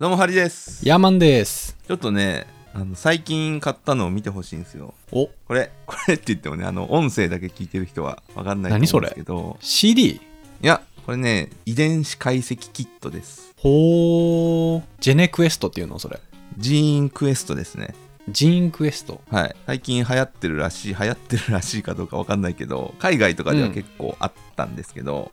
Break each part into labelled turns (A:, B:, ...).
A: どうもハリです
B: ヤーマンです。
A: ちょっとねあの最近買ったのを見てほしいんですよ
B: お
A: これこれって言ってもねあの音声だけ聞いてる人はわかんない
B: 何
A: と
B: そ
A: 思うん
B: れ
A: ですけど
B: CD?
A: いやこれね遺伝子解析キットです
B: ほー。ジェネクエストっていうのそれ。
A: ジーンクエストですね
B: ジーンクエスト。
A: はい最近流行ってるらしい流行ってるらしいかどうかわかんないけど海外とかでは結構あったんですけど、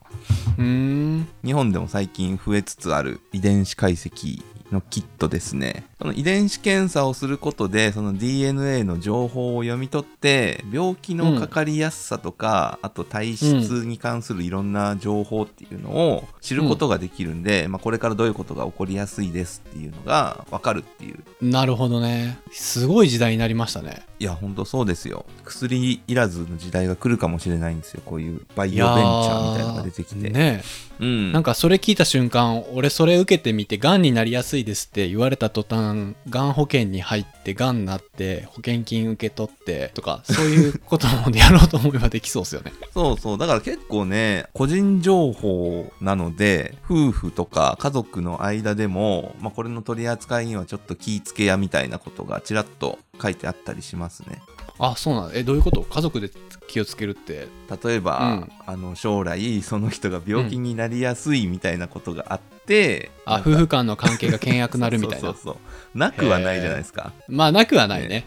B: うーん。
A: 日本でも最近増えつつある遺伝子解析のキットですねその遺伝子検査をすることでその DNA の情報を読み取って病気のかかりやすさとか、あと体質に関するいろんな情報っていうのを知ることができるんで、まあ、これからどういうことが起こりやすいですっていうのが分かるっていう
B: なるほどね。すごい時代になりましたね。
A: いやほんとそうですよ薬いらずの時代が来るかもしれないんですよこういうバイオベンチ
B: いや
A: ャーみたいなのが出てきて、
B: ね
A: うん、
B: なんかそれ聞いた瞬間、俺それ受けてみて、がんになりやすいですって言われた途端、がん保険に入って、がんになって、保険金受け取って、とか、そういうこともやろうと思えばできそうですよね。
A: そうそう。だから結構ね、個人情報なので、夫婦とか家族の間でも、まあ、これの取り扱いにはちょっと気ぃつけやみたいなことがちらっと書いてあったりしますね。
B: あ、そうなんだ。え、どういうこと家族で気をつけるって。
A: 例えば、
B: うん
A: あの将来その人が病気になりやすいみたいなことがあって、
B: あ、
A: なんか
B: 夫婦間の関係が険悪なるみ たい
A: そう
B: な
A: そ。うそうそうなくはないじゃないですか
B: まあ、なくはないね。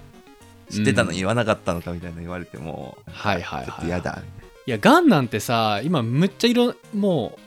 A: 知ってたの
B: うん
A: 言わなかったのかみたいな言われても、
B: はいはいはいはい
A: ちょっと嫌だ
B: いや、がんなんてさ、今めっちゃいろ、もう、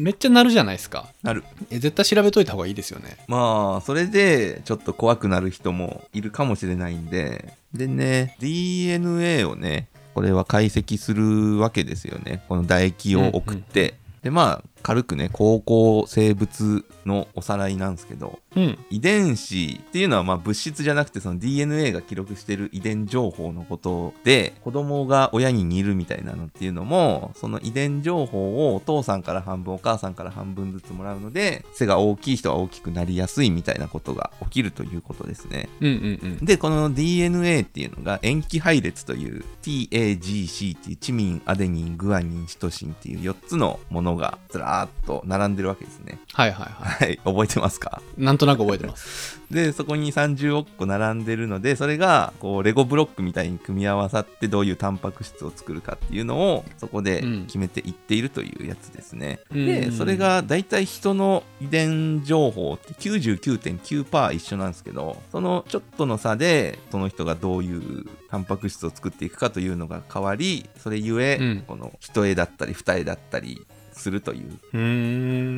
B: めっちゃなるじゃないですか。
A: なる
B: え絶対調べといた方がいいですよね。
A: まあそれでちょっと怖くなる人もいるかもしれないんででね DNA をねこれは解析するわけですよねこの唾液を送って、でまあ軽くね高校生物のおさらいなんですけど
B: うん。
A: 遺伝子っていうのはまあ物質じゃなくてその DNA が記録してる遺伝情報のことで子供が親に似るみたいなのっていうのもその遺伝情報をお父さんから半分お母さんから半分ずつもらうので背が大きい人は大きくなりやすいみたいなことが起きるということですね。
B: うんうんうん。
A: で、この DNA っていうのが塩基配列という TAGC っていうチミン、アデニン、グアニン、シトシンっていう4つのものがずらーっと並んでるわけですね。
B: はいはいは
A: はい、覚えてますか
B: い。なんとなく覚えてます。
A: でそこに30億個並んでるのでそれがこうレゴブロックみたいに組み合わさってどういうタンパク質を作るかっていうのをそこで
B: うん
A: 決めていっているというやつですね、
B: う ん
A: でそれが大体人の遺伝情報って99.9%一緒なんですけどそのちょっとの差でその人がどういうタンパク質を作っていくかというのが変わりそれゆえ、
B: うん
A: この一重だったり二重だったりするという
B: うー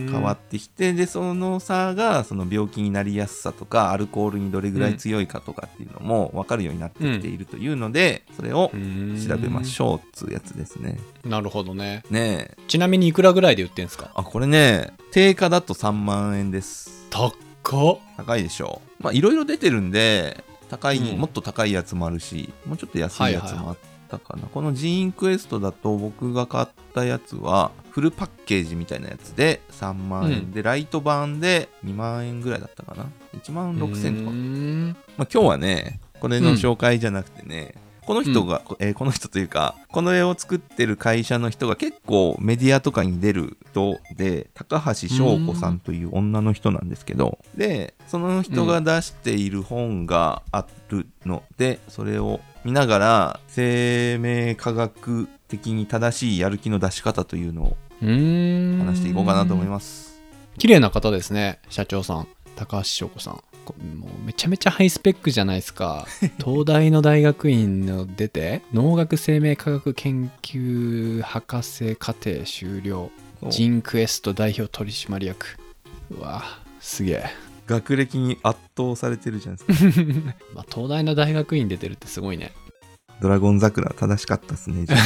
B: ん。
A: 変わってきて、でその差がその病気になりやすさとかアルコールにどれぐらい強いかとかっていうのも分かるようになってきているというので、それを調べまし
B: ょ
A: ょうっつうやつですね。
B: うーん。なるほどね。
A: ねえ
B: ちなみにいくらぐらいで売ってんすか
A: あこれね定価だと3万円です
B: 高っ。
A: 高いでしょうまあいろいろ出てるんで高い、
B: うん
A: もっと高いやつもあるしもうちょっと安いやつもあったかな、このジーンクエストだと僕が買ったやつはフルパッケージみたいなやつで3万円、
B: うん
A: でライト版で2万円ぐらいだったかな1万6000と
B: う
A: か
B: ーん
A: まあ、今日はねこれの紹介じゃなくてね、この人が、えーこの人というかこの絵を作ってる会社の人が結構メディアとかに出る人で高橋翔子さんという女の人なんですけど、でその人が出している本があるので、それを見ながら生命科学的に正しいやる気の出し方というのを
B: うーん。
A: 話していこうかなと思い
B: す。
A: ます。
B: 綺麗な方ですね、社長さん。高橋翔子さん。こもうめちゃめちゃハイスペックじゃないです か。東大の大学院の出て、農学生命科学研究博士課程修了。ジンクエスト代表取締役。うわ、すげえ。
A: 学歴に圧倒されてるじゃないですか
B: まあ、東大の大学院出てるってすごいね。
A: ドラゴン桜正しかったですね。じゃあ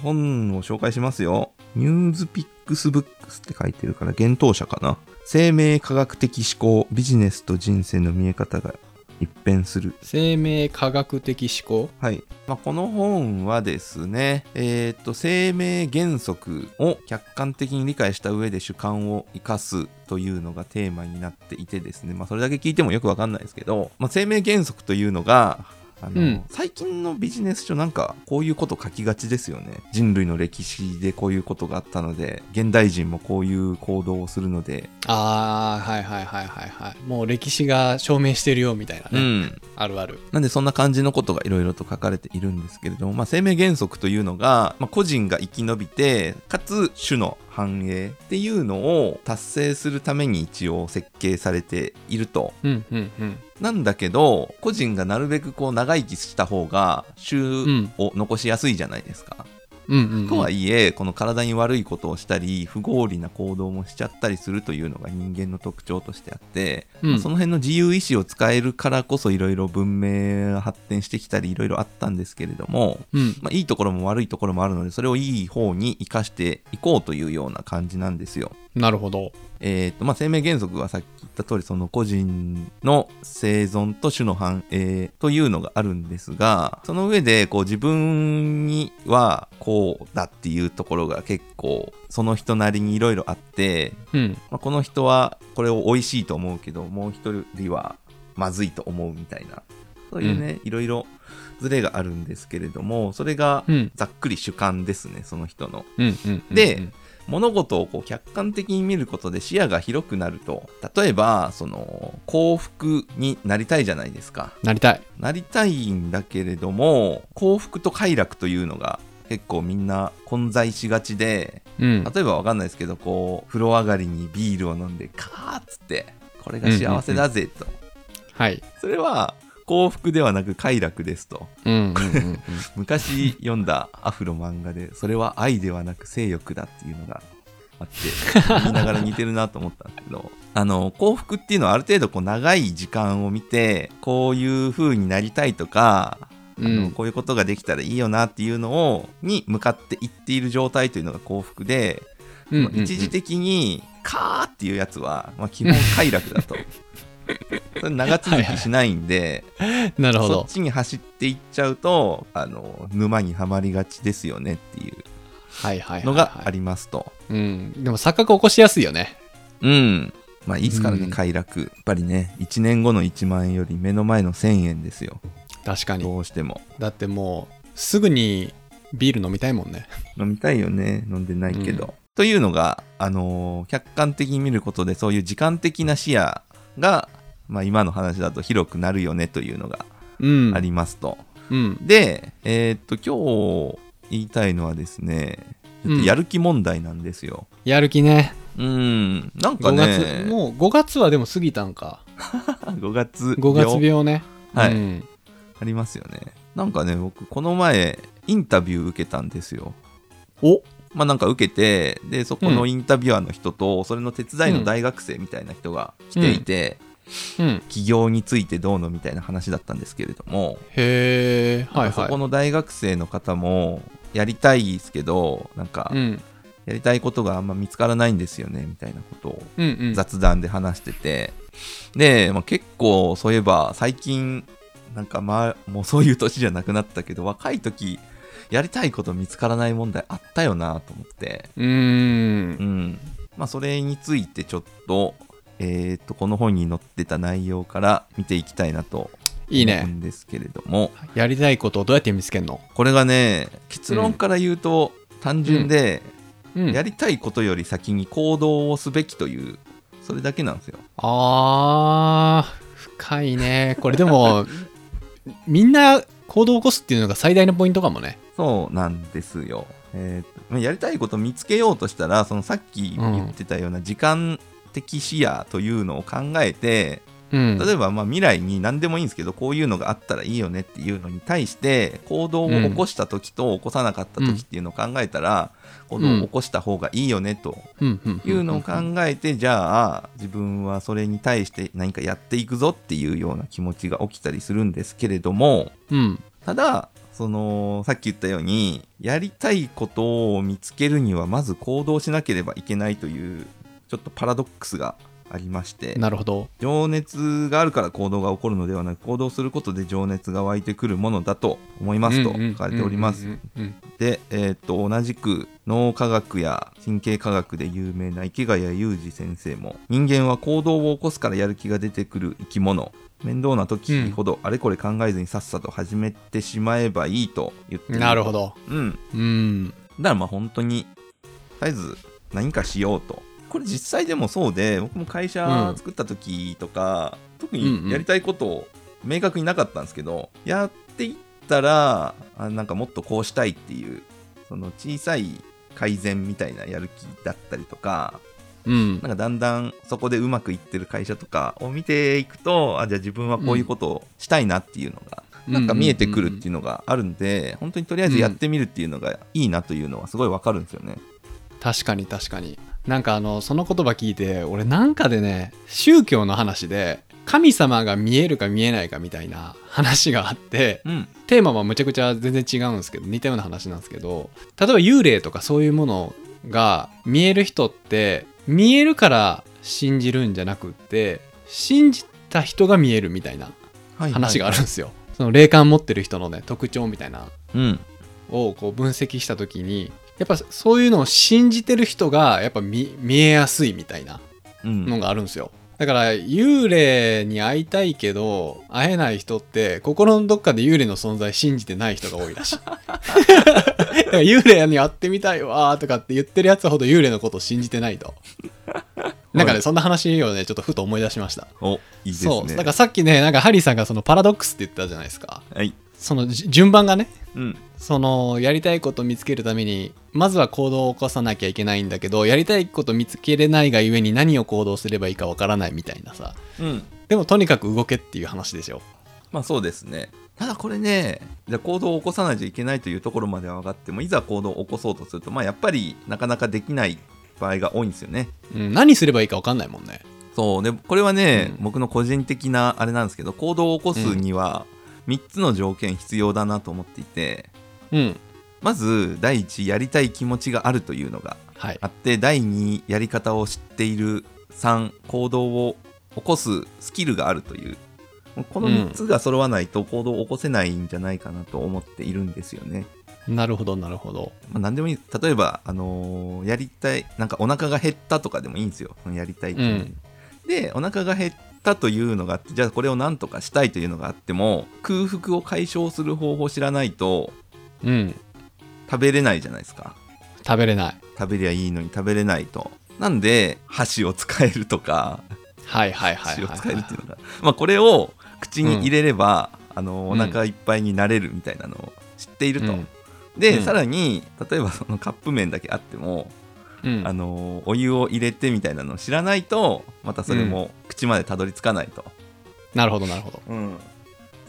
A: 本を紹介しますよ。ニューズピックスブックスって書いてるから、幻冬者かな。生命科学的思考、ビジネスと人生の見え方が一変する。
B: 生命科学的思考。
A: はい。まあ、この本はですね、えーっと、生命原則を客観的に理解した上で主観を生かすというのがテーマになっていてですね、まあ、それだけ聞いてもよくわかんないですけど、まあ、生命原則というのが、あの、
B: うん
A: 最近のビジネス書なんかこういうこと書きがちですよね人類の歴史でこういうことがあったので現代人もこういう行動をするので、
B: ああはいはいはいはいはいもう歴史が証明してるよみたいなね、
A: うん
B: あるある
A: なんでそんな感じのことがいろいろと書かれているんですけれども、まあ、生命原則というのが、まあ、個人が生き延びてかつ種の繁栄っていうのを達成するために一応設計されていると
B: うんうんうん
A: なんだけど個人がなるべくこう長生きした方が種
B: ん
A: を残しやすいじゃないですか。
B: うんうん
A: とはいえこの体に悪いことをしたり不合理な行動もしちゃったりするというのが人間の特徴としてあって、
B: うん
A: まあその辺の自由意志を使えるからこそいろいろ文明が発展してきたりいろいろあったんですけれども、
B: うん
A: まあ、いいところも悪いところもあるのでそれをいい方に生かしていこうというような感じなんですよ。
B: なるほど
A: えーとまあ、生命原則はさっき言った通りその個人の生存と種の繁栄というのがあるんですがその上でこう自分にはこうだっていうところが結構その人なりにいろいろあって、
B: うん
A: まあ、この人はこれを美味しいと思うけどもう一人はまずいと思うみたいなそういうねいろいろズレがあるんですけれどもそれが
B: うん
A: ざっくり主観ですねその人の。
B: うんうんうん
A: で物事をこう客観的に見ることで視野が広くなると例えばその幸福になりたいじゃないですか
B: なりたい
A: なりたいんだけれども幸福と快楽というのが結構みんな混在しがちで
B: うん
A: 例えばわかんないですけどこう風呂上がりにビールを飲んでカーッつってこれが幸せだぜと、
B: はい
A: それは幸福ではなく快楽ですと
B: うん うんうん
A: 昔読んだアフロ漫画でそれは愛ではなく性欲だっていうのがあって言いながら似てるなと思ったんですけどあの幸福っていうのはある程度こう長い時間を見てこういう風になりたいとかあ
B: う
A: の
B: ん
A: こういうことができたらいいよなっていうのをに向かっていっている状態というのが幸福で、
B: うんうん
A: まあ一時的にカーっていうやつは、まあ、基本快楽だ とそれ長続きしないんで、
B: なるほ
A: そ
B: ど
A: っちに走っていっちゃうとあの沼にはまりがちですよねっていう
B: はいはいはいはい
A: のがありますと、
B: うんでも錯覚起こしやすいよね
A: うんまあいいですからね、
B: うん
A: 快楽やっぱりね1年後の1万円より目の前の1000円ですよ
B: 確かに
A: どうしても
B: だってもうすぐにビール飲みたいもんね
A: 飲みたいよね飲んでないけど、というのがあのー客観的に見ることでそういう時間的な視野が、まあ、今の話だと広くなるよねというのが
B: うん
A: ありますと、
B: うん
A: でえーっと今日言いたいのはですねちょっとやる気問題なんですよ、
B: やる気ね
A: うん、なんか
B: 5月
A: ね、
B: もう5月はでも過ぎたんか
A: 5月病
B: 5月病ね
A: はい
B: うん
A: ありますよね。なんかね、僕、この前、インタビュー受けたんですよ。
B: お
A: まあなんか受けて、で、そこのインタビュアーの人と、それの手伝いの大学生みたいな人が来ていて、
B: うん
A: 起業についてどうのみたいな話だったんですけれども、
B: へえはい
A: そ
B: はい
A: この大学生の方も、やりたいですけど、なんか
B: う、ん
A: やりたいことがあんま見つからないんですよね、みたいなことを
B: うんうん
A: 雑談で話してて、で、まあ、結構そういえば最近なんかまあもうそういう年じゃなくなったけど若い時やりたいこと見つからない問題あったよなと思って
B: うー
A: うんんまあそれについてちょっとえっ、とこの本に載ってた内容から見ていきたいなと
B: いい
A: 思う
B: ね
A: んですけれども
B: やりたいことをどうやって見つけんの
A: これがね結論から言うと単純で、
B: うん
A: やりたいことより先に行動をすべきというそれだけなんですよ
B: あー深いねこれでも みんな行動を起こすっていうのが最大のポイントかもね
A: そうなんですよ。えーとまあやりたいこと見つけようとしたらそのさっき言ってたような時間的視野というのを考えて、
B: うん
A: 例えばまあ未来に何でもいいんですけどこういうのがあったらいいよねっていうのに対して行動を起こした時と起こさなかった時っていうのを考えたら、行動を起こした方がいいよねと
B: うんうん
A: いうのを考えて、じゃあ自分はそれに対して何かやっていくぞっていうような気持ちが起きたりするんですけれども、
B: うん
A: ただそのさっき言ったようにやりたいことを見つけるにはまず行動しなければいけないというちょっとパラドックスがありまして
B: なるほど
A: 情熱があるから行動が起こるのではなく行動することで情熱が湧いてくるものだと思いますと書かれております
B: うんうんうんうん
A: で、えー、と同じく脳科学や神経科学で有名な池谷裕二先生も人間は行動を起こすからやる気が出てくる生き物面倒な時ほどあれこれ考えずにさっさと始めてしまえばいいと言って
B: うんなるほ
A: ど、
B: ど
A: うん、だ
B: うん
A: からまあ本当にとりあえず何かしようとこれ実際でもそうで僕も会社作った時とか、特
B: うんうん
A: にやりたいことを明確になかったんですけど、やっていったらあなんかもっとこうしたいっていうその小さい改善みたいなやる気だったりとか
B: うん
A: なんかだんだんそこでうまくいってる会社とかを見ていくとあじゃあ自分はこういうことをしたいなっていうのが、なんか見えてくるっていうのがあるんで、本当にとりあえずやってみるっていうのがいいなというのはすごいわかるんですよね。
B: 確かに確かになんかあのその言葉聞いて俺なんかでね宗教の話で神様が見えるか見えないかみたいな話があって
A: うん、
B: テーマはむちゃくちゃ全然違うんですけど似たような話なんですけど例えば幽霊とかそういうものが見える人って見えるから信じるんじゃなくって信じた人が見えるみたいな
A: はい
B: 話があるんですよ。その霊感持ってる人のね特徴みたいな
A: うん、
B: をこう分析した時にやっぱそういうのを信じてる人がやっぱ見見えやすいみたいな
A: うん、
B: のがあるんですよだから幽霊に会いたいけど会えない人って心のどっかで幽霊の存在信じてない人が多いらしいだから幽霊に会ってみたいわーとかって言ってるやつほど幽霊のことを信じてないとなんかねそんな話をねちょっとふと思い出しました
A: おいいですね。
B: そうだからさっきねなんかハリーさんがそのパラドックスって言ってたじゃないですか
A: はい、
B: そのじ順番がね
A: うん、
B: そのやりたいことを見つけるためにまずは行動を起こさなきゃいけないんだけどやりたいこと見つけれないがゆえに何を行動すればいいかわからないみたいなさ
A: うん、
B: でもとにかく動けっていう話でしょ
A: まあそうですね。ただこれね、じゃあ行動を起こさないといけないというところまでは分かっても、いざ行動を起こそうとすると、まあやっぱりなかなかできない場合が多いんですよね。
B: うん、何すればいいかわかんないもんね
A: そうでこれはね、
B: うん
A: 僕の個人的なあれなんですけど行動を起こすには3つの条件必要だなと思っていて
B: うん
A: まず第1やりたい気持ちがあるというのが
B: はい
A: あって第2やり方を知っている3行動を起こすスキルがあるというこの3つが揃わないと行動を起こせないんじゃないかなと思っているんですよね。
B: なるほどなるほど
A: まあ、何でもいい例えば、あのーやりたいなんかお腹が減ったとかでもいいんですよそのやりたいっていうのに、でお腹が減ったというのがあってじゃあこれを何とかしたいというのがあっても空腹を解消する方法を知らないと
B: うん
A: 食べれないじゃないですか
B: 食べれない
A: 食べりゃいいのに食べれないとなんで箸を使えるとか
B: はいはいはい
A: 箸
B: は
A: を
B: い
A: 使えるっていうの
B: は
A: が、まあ、これを口に入れれば、あのお腹いっぱいになれるみたいなのを知っていると、
B: うん
A: で、
B: うん
A: さらに例えばそのカップ麺だけあっても
B: いうん
A: あのお湯を入れてみたいなのを知らないとまたそれも口までたどり着かないと。
B: なるほどなるほど
A: うんって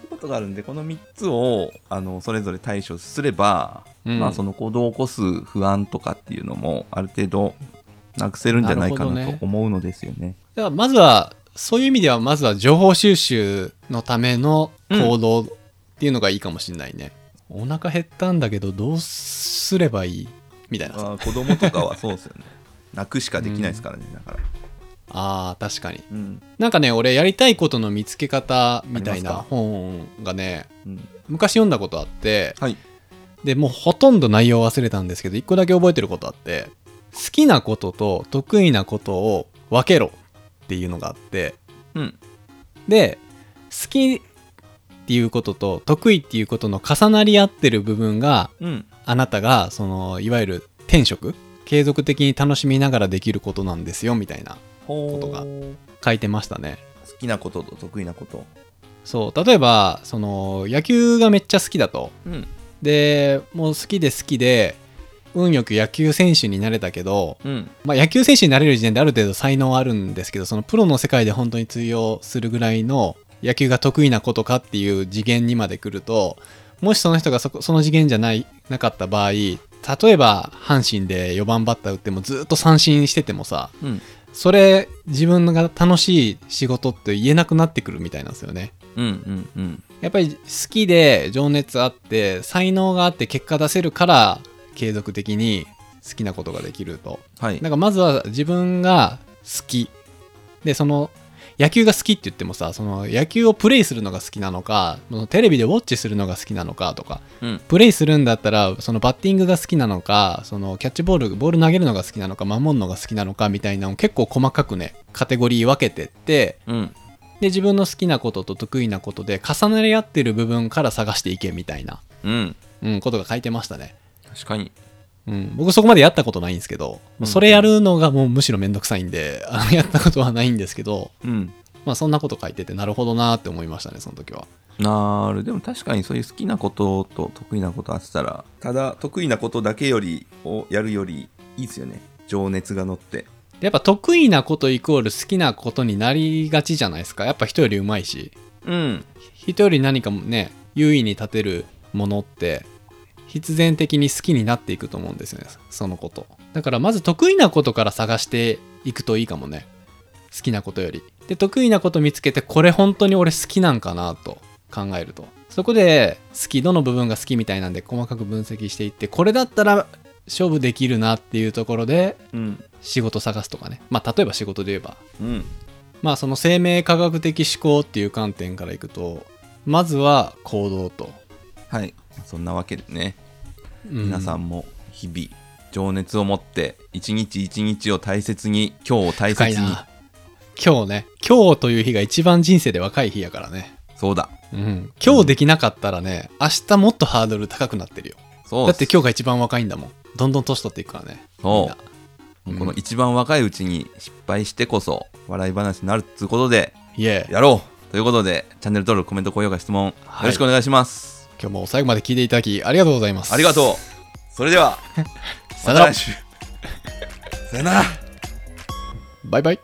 A: ことがあるんでこの3つをあのそれぞれ対処すれば、
B: うん
A: まあ、その行動を起こす不安とかっていうのもある程度なくせるんじゃないか
B: なる
A: な
B: ほどね
A: と思うのですよね。
B: だからまずはそういう意味ではまずは情報収集のための行動っていうのがいいかもしれないね、お腹減ったんだけどどうすればいいみたいなさ
A: あー子供とかはそうですよね。泣くしかで きないですからね、だから。
B: あー確かに
A: うん
B: なんかね俺やりたいことの見つけ方みたい
A: あり
B: な
A: ますか
B: 本がね
A: うん
B: 昔読んだことあって
A: はい。
B: でもうほとんど内容忘れたんですけど一個だけ覚えてることあって好きなことと得意なことを分けろっていうのがあって
A: うん。
B: で好きっていうことと得意っていうことの重なり合ってる部分が
A: うん。
B: あなたがそのいわゆる転職継続的に楽しみながらできることなんですよみたいな
A: こ
B: ことが
A: 好
B: 書いてましたね
A: きなことと得意なこと。
B: そう例えばその野球がめっちゃ好きだと
A: うん。
B: でもう好きで好きで運よく野球選手になれたけど、
A: うん。
B: まあ、野球選手になれる時点である程度才能はあるんですけどそのプロの世界で本当に通用するぐらいの野球が得意なことかっていう次元にまで来るともしその人がそこその次元じゃないなかった場合例えば阪神で4番バッター打ってもずっと三振しててもさ
A: うん。
B: それ自分が楽しい仕事って言えなくなってくるみたいなんですよね。
A: うん。うん。
B: やっぱり好きで情熱あって才能があって結果出せるから継続的に好きなことができると
A: はい
B: だ。からまずは自分が好きでその野球が好きって言ってもさその野球をプレイするのが好きなのかそのテレビでウォッチするのが好きなのかとか
A: うん
B: プレイするんだったらそのバッティングが好きなのかそのキャッチボールボール投げるのが好きなのか守るのが好きなのかみたいなのを結構細かくねカテゴリー分けてって
A: うん
B: で自分の好きなことと得意なことで重なり合ってる部分から探していけみたいな、
A: うん
B: うん、ことが書いてましたね、
A: 確かに
B: うん、僕そこまでやったことないんですけど、
A: うん
B: それやるのがもうむしろめんどくさいんであの やったことはないんですけど、
A: うん
B: まあ、そんなこと書いててなるほどなーって思いましたねその時は
A: なるでも確かにそういう好きなことと得意なことあってたらただ得意なことだけよりをやるよりいいですよね情熱が乗って
B: でやっぱ得意なことイコール好きなことになりがちじゃないですかやっぱ人より上手いし
A: うん
B: 人より何かもね優位に立てるものって必然的に好きになっていくと思うんですよねそのことだからまず得意なことから探していくといいかもね好きなことよりで得意なこと見つけてこれ本当に俺好きなんかなと考えるとそこで好きどの部分が好きみたいなんで細かく分析していってこれだったら勝負できるなっていうところで
A: うん
B: 仕事探すとかねまあ例えば仕事で言えば
A: うん
B: まあその生命科学的思考っていう観点からいくとまずは行動と、
A: はいそんなわけでね
B: う
A: 皆さ
B: ん
A: んも日々情熱を持って一日一日を大切に今日を大
B: 深
A: 切
B: い
A: に
B: な今日ね今日という日が一番人生で若い日やからね
A: そうだ
B: うん今日できなかったらね明日もっとハードル高くなってるよ
A: そう
B: だって
A: 日
B: 今日が一番若いんだもんどんどん年取っていくからねみん
A: そ
B: な
A: う、
B: うん
A: この一番若いうちに失敗してこそ笑い話になるっつうことで
B: イエーイ
A: やろうということでチャンネル登録コメント高評価質問よ
B: はい
A: ろしくお願いします、
B: 今日も最後まで聞いていただきありがとうございます
A: ありがとうそれで は
B: う
A: また
B: さよなら
A: 来週さよなら
B: バイバイ